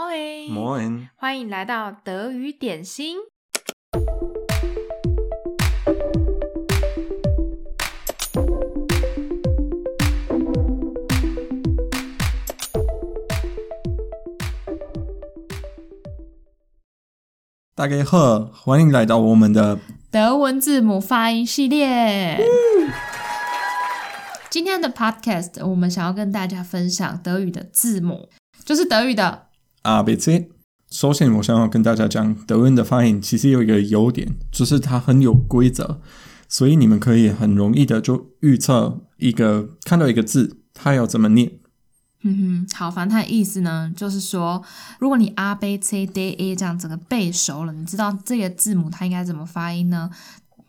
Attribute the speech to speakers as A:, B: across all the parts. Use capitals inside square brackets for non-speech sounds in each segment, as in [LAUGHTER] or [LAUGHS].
A: Morning，
B: Moin，
A: 欢迎来到德语点心。
B: 大家好，欢迎来到我们的
C: 德文字母发音系列。今天的 podcast 我们想要跟大家分享德语的字母，就是德语的
B: ABC。首先，我想要跟大家讲，德文的发音其实有一个优点，就是它很有规则，所以你们可以很容易的就预测一个看到一个字，它要怎么念。
C: 嗯哼，好，反正它的意思呢，就是说，如果你 A B C D E 这样整个背熟了，你知道这个字母它应该怎么发音呢？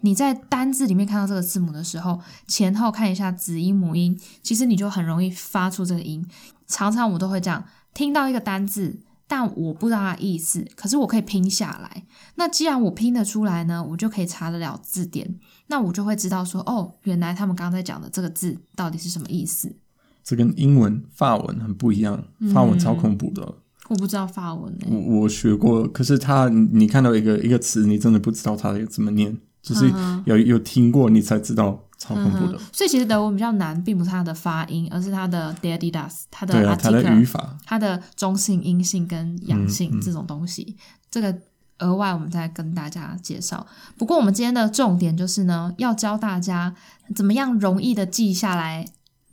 C: 你在单字里面看到这个字母的时候，前后看一下子音母音，其实你就很容易发出这个音。常常我都会这样，听到一个单字，但我不知道它的意思，可是我可以拼下来。那既然我拼得出来呢，我就可以查得了字典，那我就会知道说，哦，原来他们刚才讲的这个字到底是什么意思。
B: 这跟英文、法文很不一样，法文超恐怖的。
C: 我不知道法文诶、
B: 我我学过，可是它你你看到一个一个词，你真的不知道它怎么念，就是有有听过你才知道，超恐怖的。
C: 嗯所以其实德文比较难，并不是它的发音，而是它的 d a d i d a s 它的
B: 对啊，它的
C: article，
B: 语嗯法。
C: 它的中性、阴性跟阳性这种东西，这个额外我们再跟大家介绍。不过我们今天的重点就是呢，要教大家怎么样容易的记下来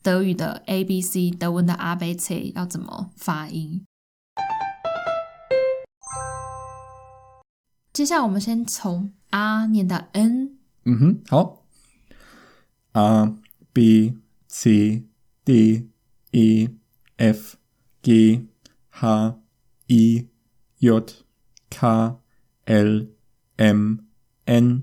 C: 德语的 A B C，德文的 A B C 要怎么发音。接下来我们先从 R 念到 N，
B: 嗯哼，好。A B C D E F G H I J K L M N。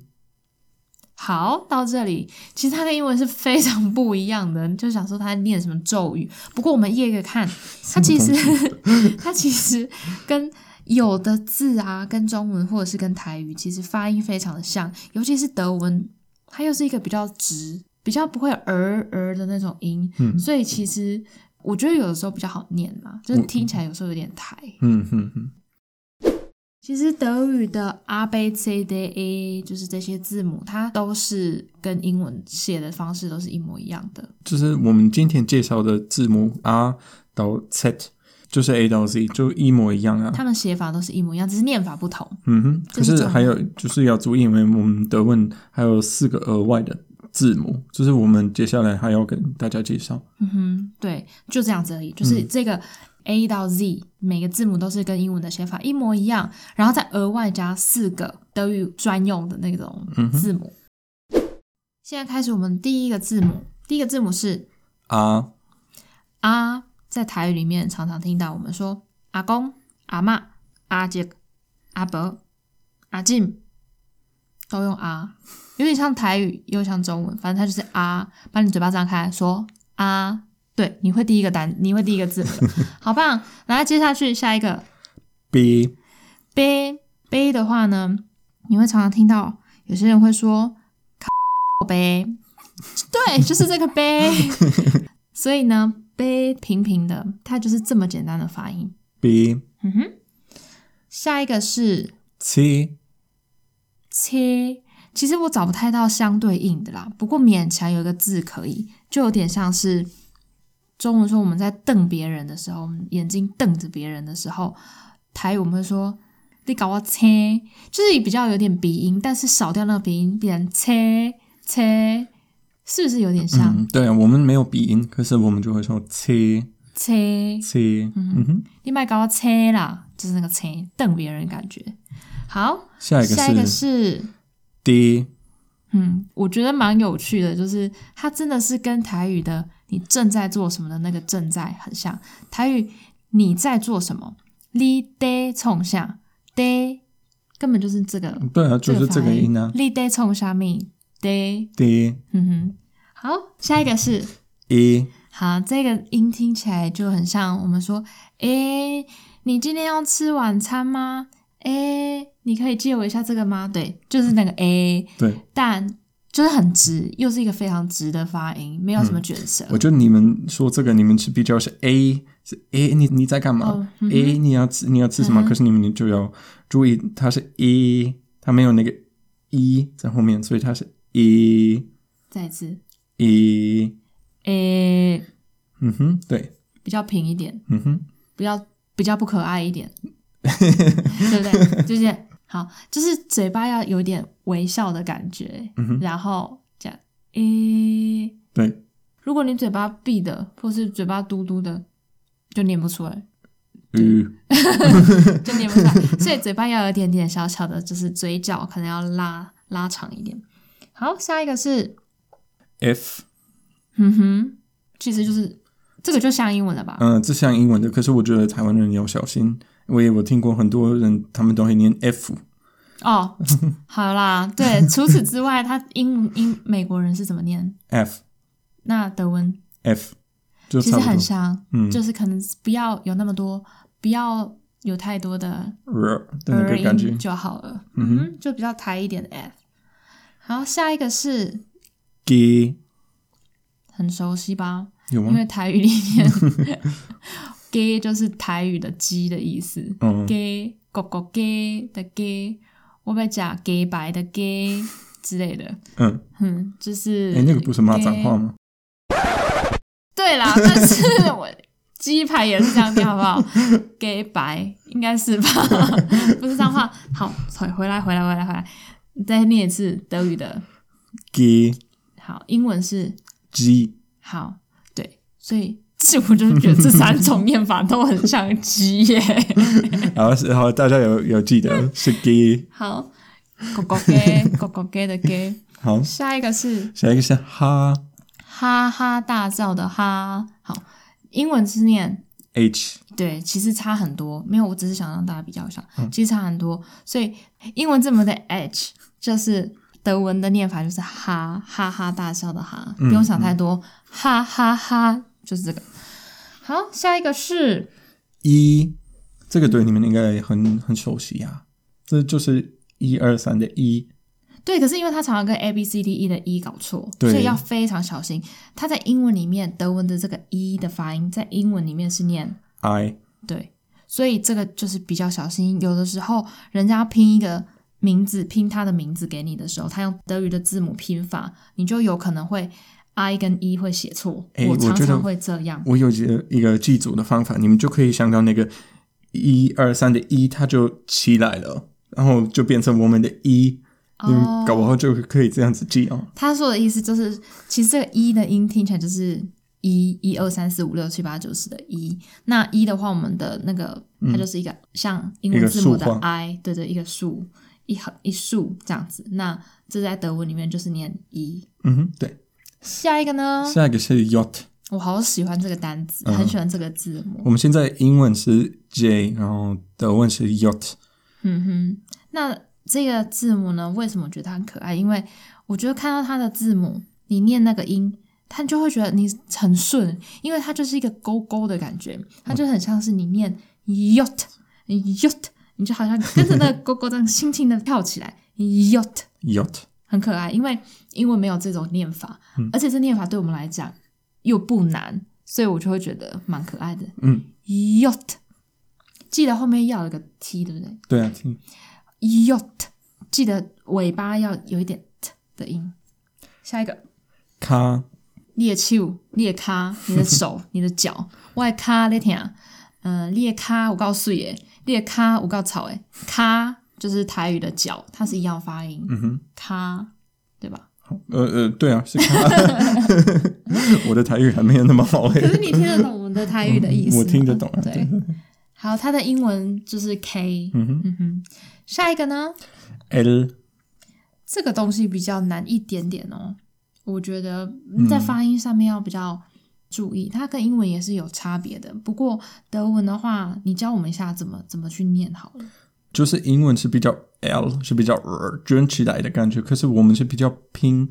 C: 好，到这里，其实它跟英文是非常不一样的。就想说它念什么咒语，不过我们一个一个看，它其实 [LAUGHS] 它其实跟有的字啊，跟中文或者是跟台语，其实发音非常的像，尤其是德文，它又是一个比较直、比较不会有儿儿的那种音，
B: 嗯
C: 所以其实我觉得有的时候比较好念啦，就是听起来有时候有点台。
B: 嗯哼哼，
C: 其实德语的 A B C D E 就是这些字母，它都是跟英文写的方式都是一模一样的。
B: 就是我们今天介绍的字母 R 到 Z，就是 A 到 Z，就一模一样啊。
C: 它们写法都是一模一样，只是念法不同。
B: 嗯哼，可
C: 这是
B: 是
C: 中文
B: 还有就是要注意，因为我们德文还有四个额外的字母，就是我们接下来还要跟大家介绍。
C: 嗯哼，嗯对，就这样子而已。就是这个 A 到 Z 每个字母都是跟英文的写法一模一样，然后再额外加四个德语专用的那种
B: 嗯
C: 字母。现在开始我们第一个字母，第一个字母是
B: R
C: R，在啊台语里面常常听到我们说阿公、阿嬷、阿姐、阿伯、阿进，都用 R，有点像台语，又像中文，反正它就是 R，把你嘴巴张开说 R，对，你会第一个单，你会第一个字母的，好棒！来，接下去下一个
B: B
C: B B 的话呢，你会常常听到有些人会说靠杯， [LAUGHS] 对，就是这个杯。 [LAUGHS] 所以呢，杯平平的，它就是这么简单的发音。
B: B
C: 嗯哼，下一个是
B: C
C: 切，其实我找不太到相对应的啦，不过勉强有一个字可以，就有点像是中文说我们在瞪别人的时候，我们眼睛瞪着别人的时候，台语我们会说你搞我切，就是比较有点鼻音，但是少掉那个鼻音，变成切切，是不是有点像
B: 嗯，对啊，我们没有鼻音，可是我们就会说 C
C: 切？
B: C。嗯哼，
C: 你别搞我切啦，就是那个切瞪别人的感觉。好，
B: 下一个
C: 下一个
B: 是
C: 是
B: D，
C: 嗯，我觉得蛮有趣的，就是它真的是跟台语的“你正在做什么”的那个“正在”很像。台语“你在做什么”，你得冲下得，根本就是这个，
B: 对啊，就是这个
C: 发
B: 音啊。
C: 你得冲下面得，
B: D
C: 嗯哼。好，下一个是
B: E
C: 好，这个音听起来就很像我们说，诶，你今天要吃晚餐吗？诶，你可以借我一下这个吗？对，就是那个诶。
B: 对，
C: 但就是很直，
B: 嗯
C: 又是一个非常直的发音，没有什么卷舌。
B: 我觉得你们说这个，你们是比较是 A 是诶，你你在干嘛？
C: 哦嗯哼
B: 诶，你要吃你要吃什么？
C: 嗯哼
B: 可是你们就要注意，它是 a，它没有那个 e 在后面，所以它是 a
C: 再一次，
B: a。
C: 诶、
B: 嗯哼，对，
C: 比较平一点，
B: 嗯哼，
C: 比较比较不可爱一
B: [LAUGHS]
C: 点，对不对？就是好，就是嘴巴要有点微笑的感觉，
B: 嗯哼，
C: 然后这样，诶、
B: 对，
C: 如果你嘴巴闭的，或是嘴巴嘟嘟的，就念不出来，
B: 呃，
C: 就念不出来。 [LAUGHS] 所以嘴巴要有一点点小小的，就是嘴角可能要拉拉长一点。好，下一个是，
B: f，
C: 嗯哼，其实就是这个就像英文了吧？
B: 嗯、这像英文的，可是我觉得台湾人要小心，因为我听过很多人他们都会念 f，
C: 哦，好
B: [LAUGHS]
C: 啦，对。除此之外，他英英美国人是怎么念？
B: f
C: 那德文
B: f，就
C: 其
B: 差
C: 实
B: 不多
C: 很像，
B: 嗯
C: 就是可能不要有那么多，不要有太多的
B: ，r 的那
C: 儿
B: 个感觉
C: 音，就好了。
B: 嗯
C: 嗯
B: 哼
C: 哼，就比较台一点的 F。好，下一个是
B: g
C: 很熟悉吧？
B: 有
C: 因
B: 吗
C: 为？台语里面 [LAUGHS] ，gay 就是台语的鸡的意思
B: 嗯
C: ，gay 狗狗 gay 的 gay，我被讲 gay 白的 gay 之类的，
B: 嗯，
C: 嗯，就是
B: 哎、那个不是骂脏话
C: gay
B: 吗？
C: 对啦， [LAUGHS] 但是我鸡排也是这样念，好不
B: [LAUGHS]
C: 好？gay 白应该是吧？ [LAUGHS] 不是脏话。好，回回来，回来，回来，回来，再念一次德语的。
B: g
C: 好，英文是
B: g
C: 好，对，所以这我就是觉得这三种念法都很像鸡
B: [LAUGHS]
C: 耶。
B: 好，是好，大家有有记得是 g
C: 好，狗狗 gay，狗狗 gay 的 gay。
B: 好，
C: 下一个是
B: 下一个是哈
C: 哈哈大笑的哈。好，英文是念
B: h，
C: 对，其实差很多。没有，我只是想让大家比较一下，其实差很多。所以英文字母的 h 就是德文的念法，就是哈哈哈大笑的哈，不用想太多，哈哈哈就是这个。好，下一个是
B: 一，这个对你们应该很很熟悉啊，这就是一二三的一，
C: 对，可是因为它常常跟 a b c d e 的 e 搞错，所
B: 对
C: 以要非常小心。它在英文里面，德文的这个 e 的发音在英文里面是念
B: i
C: 对，所以这个就是比较小心。有的时候人家拼一个名字，拼他的名字给你的时候，他用德语的字母拼法，你就有可能会 i 跟 e 会写错。
B: 诶
C: 我
B: 哎我
C: 常
B: 觉得
C: 常会这样。
B: 我有一个一个记住的方法，你们就可以想到那个一二三的一，它就起来了，然后就变成我们的一、你们搞不好就可以这样子记哦。
C: 他说的意思就是，其实这个一的音听起来就是一一二三四五六七八九十的一。那一的话，我们的那个它就是一个像英文字母的
B: 嗯一个竖画
C: i，对对，一个竖一横一竖这样子。那这在德文里面就是念一。
B: 嗯哼，对，
C: 下一个呢？
B: 下一个是 yacht，
C: 我好喜欢这个单词，
B: 嗯
C: 很喜欢这个字母。
B: 我们现在英文是 j，然后德文是 yacht，
C: 嗯哼，那这个字母呢？为什么我觉得它很可爱？因为我觉得看到它的字母，你念那个音，它就会觉得你很顺，因为它就是一个勾勾的感觉，它就很像是你念 yacht yacht，你就好像跟着那个勾勾这样轻轻的跳起来 yacht，
B: yacht，
C: 很可爱。因为英文没有这种念法，而且这念法对我们来讲又不难，所以我就会觉得蛮可爱的。
B: 嗯，
C: yacht，记得后面要有一个 t，对不对
B: 对啊，听
C: ？yacht，记得尾巴要有一点 t 的音。下一个，
B: car
C: 你的手、你的骹、你的
B: [LAUGHS]
C: 手、你的脚，我的骹在听。嗯、呃，你的骹有够水诶，你的骹有够吵诶，骹就是台语的脚，它是一样发音。嗯
B: 哼，
C: 骹对吧？
B: 呃呃，对啊，是 car，我的台语还没有那么好欸
C: 可
B: 诶，
C: 是你听得懂我们的台语的意思吗、
B: [LAUGHS] 我听得懂啊，
C: 对，好，它的英文就是 K。嗯哼，嗯哼。下一个呢？
B: l
C: 这个东西比较难一点点哦，我觉得在发音上面要比较注意，它跟英文也是有差别的。不过德文的话，你教我们一下怎么怎么去念好了。
B: 就是英文是比较 L 是比较 R 卷起来的感觉，可是我们是比较平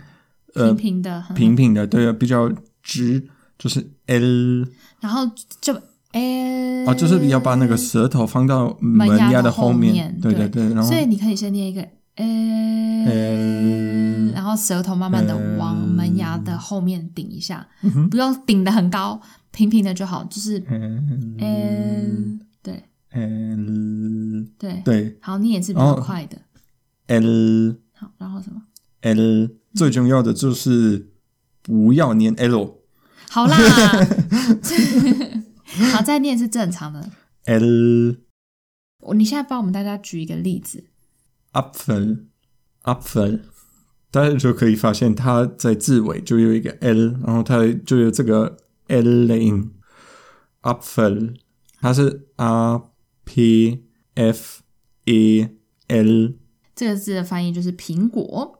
B: 呃
C: 平平的，哼
B: 平平的，对啊，比较直，就是 L
C: 然后就哎，
B: 啊，就是要把那个舌头放到门
C: 门牙
B: 牙
C: 的
B: 的
C: 后
B: 后
C: 面
B: 对对对，然后
C: 所以你可以先念一个呃，
B: 呃
C: 然后舌头慢慢的往
B: 呃
C: 门牙的后面顶一下，不用顶得很高，平平的就好，就是
B: 嗯
C: l，对
B: 嗯，
C: 对，
B: 对
C: 好，你也是比较
B: 哦
C: 快的。
B: ，l
C: 好，然后什么？
B: l 最重要的就是不要念 l
C: 好啦，好，再念是正常的。
B: l
C: 我你现在帮我们大家举一个例子，
B: Apfel Apfel，大家就可以发现它在字尾就有一个 l，然后它就有这个 l 的音。Apfel，它是 a p f e l。
C: 这个字的翻译就是苹果。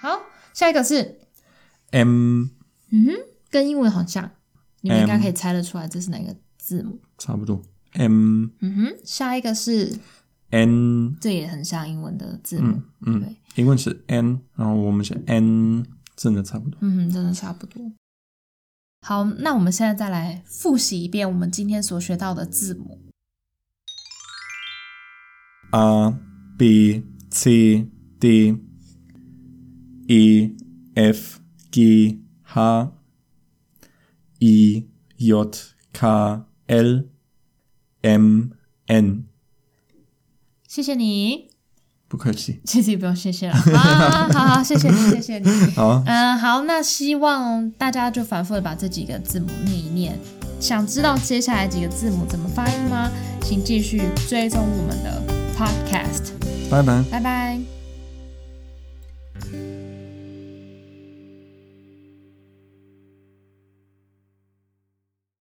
C: 好，下一个是，
B: M
C: 嗯哼，跟英文好像，你们应该
B: M
C: 可以猜得出来这是哪个字母。
B: 差不多，M
C: 嗯哼，下一个是，
B: N，
C: 这也很像英文的字母。
B: 嗯嗯
C: 对，
B: 英文是 N，然后我们是 N，真的差不多。
C: 嗯，真的差不多。好，那我们现在再来复习一遍我们今天所学到的字母。
B: A B C D E F G H I J K L M N，
C: 谢谢你，
B: 不客气。
C: 其实也不用 [LAUGHS] 谢谢了。啊，好好，谢谢你，谢谢你。
B: 好，
C: 嗯，好，那希望大家就反复的把这几个字母念一念。想知道接下来几个字母怎么发音吗？请继续追踪我们的 podcast。
B: 拜拜。
C: 拜拜。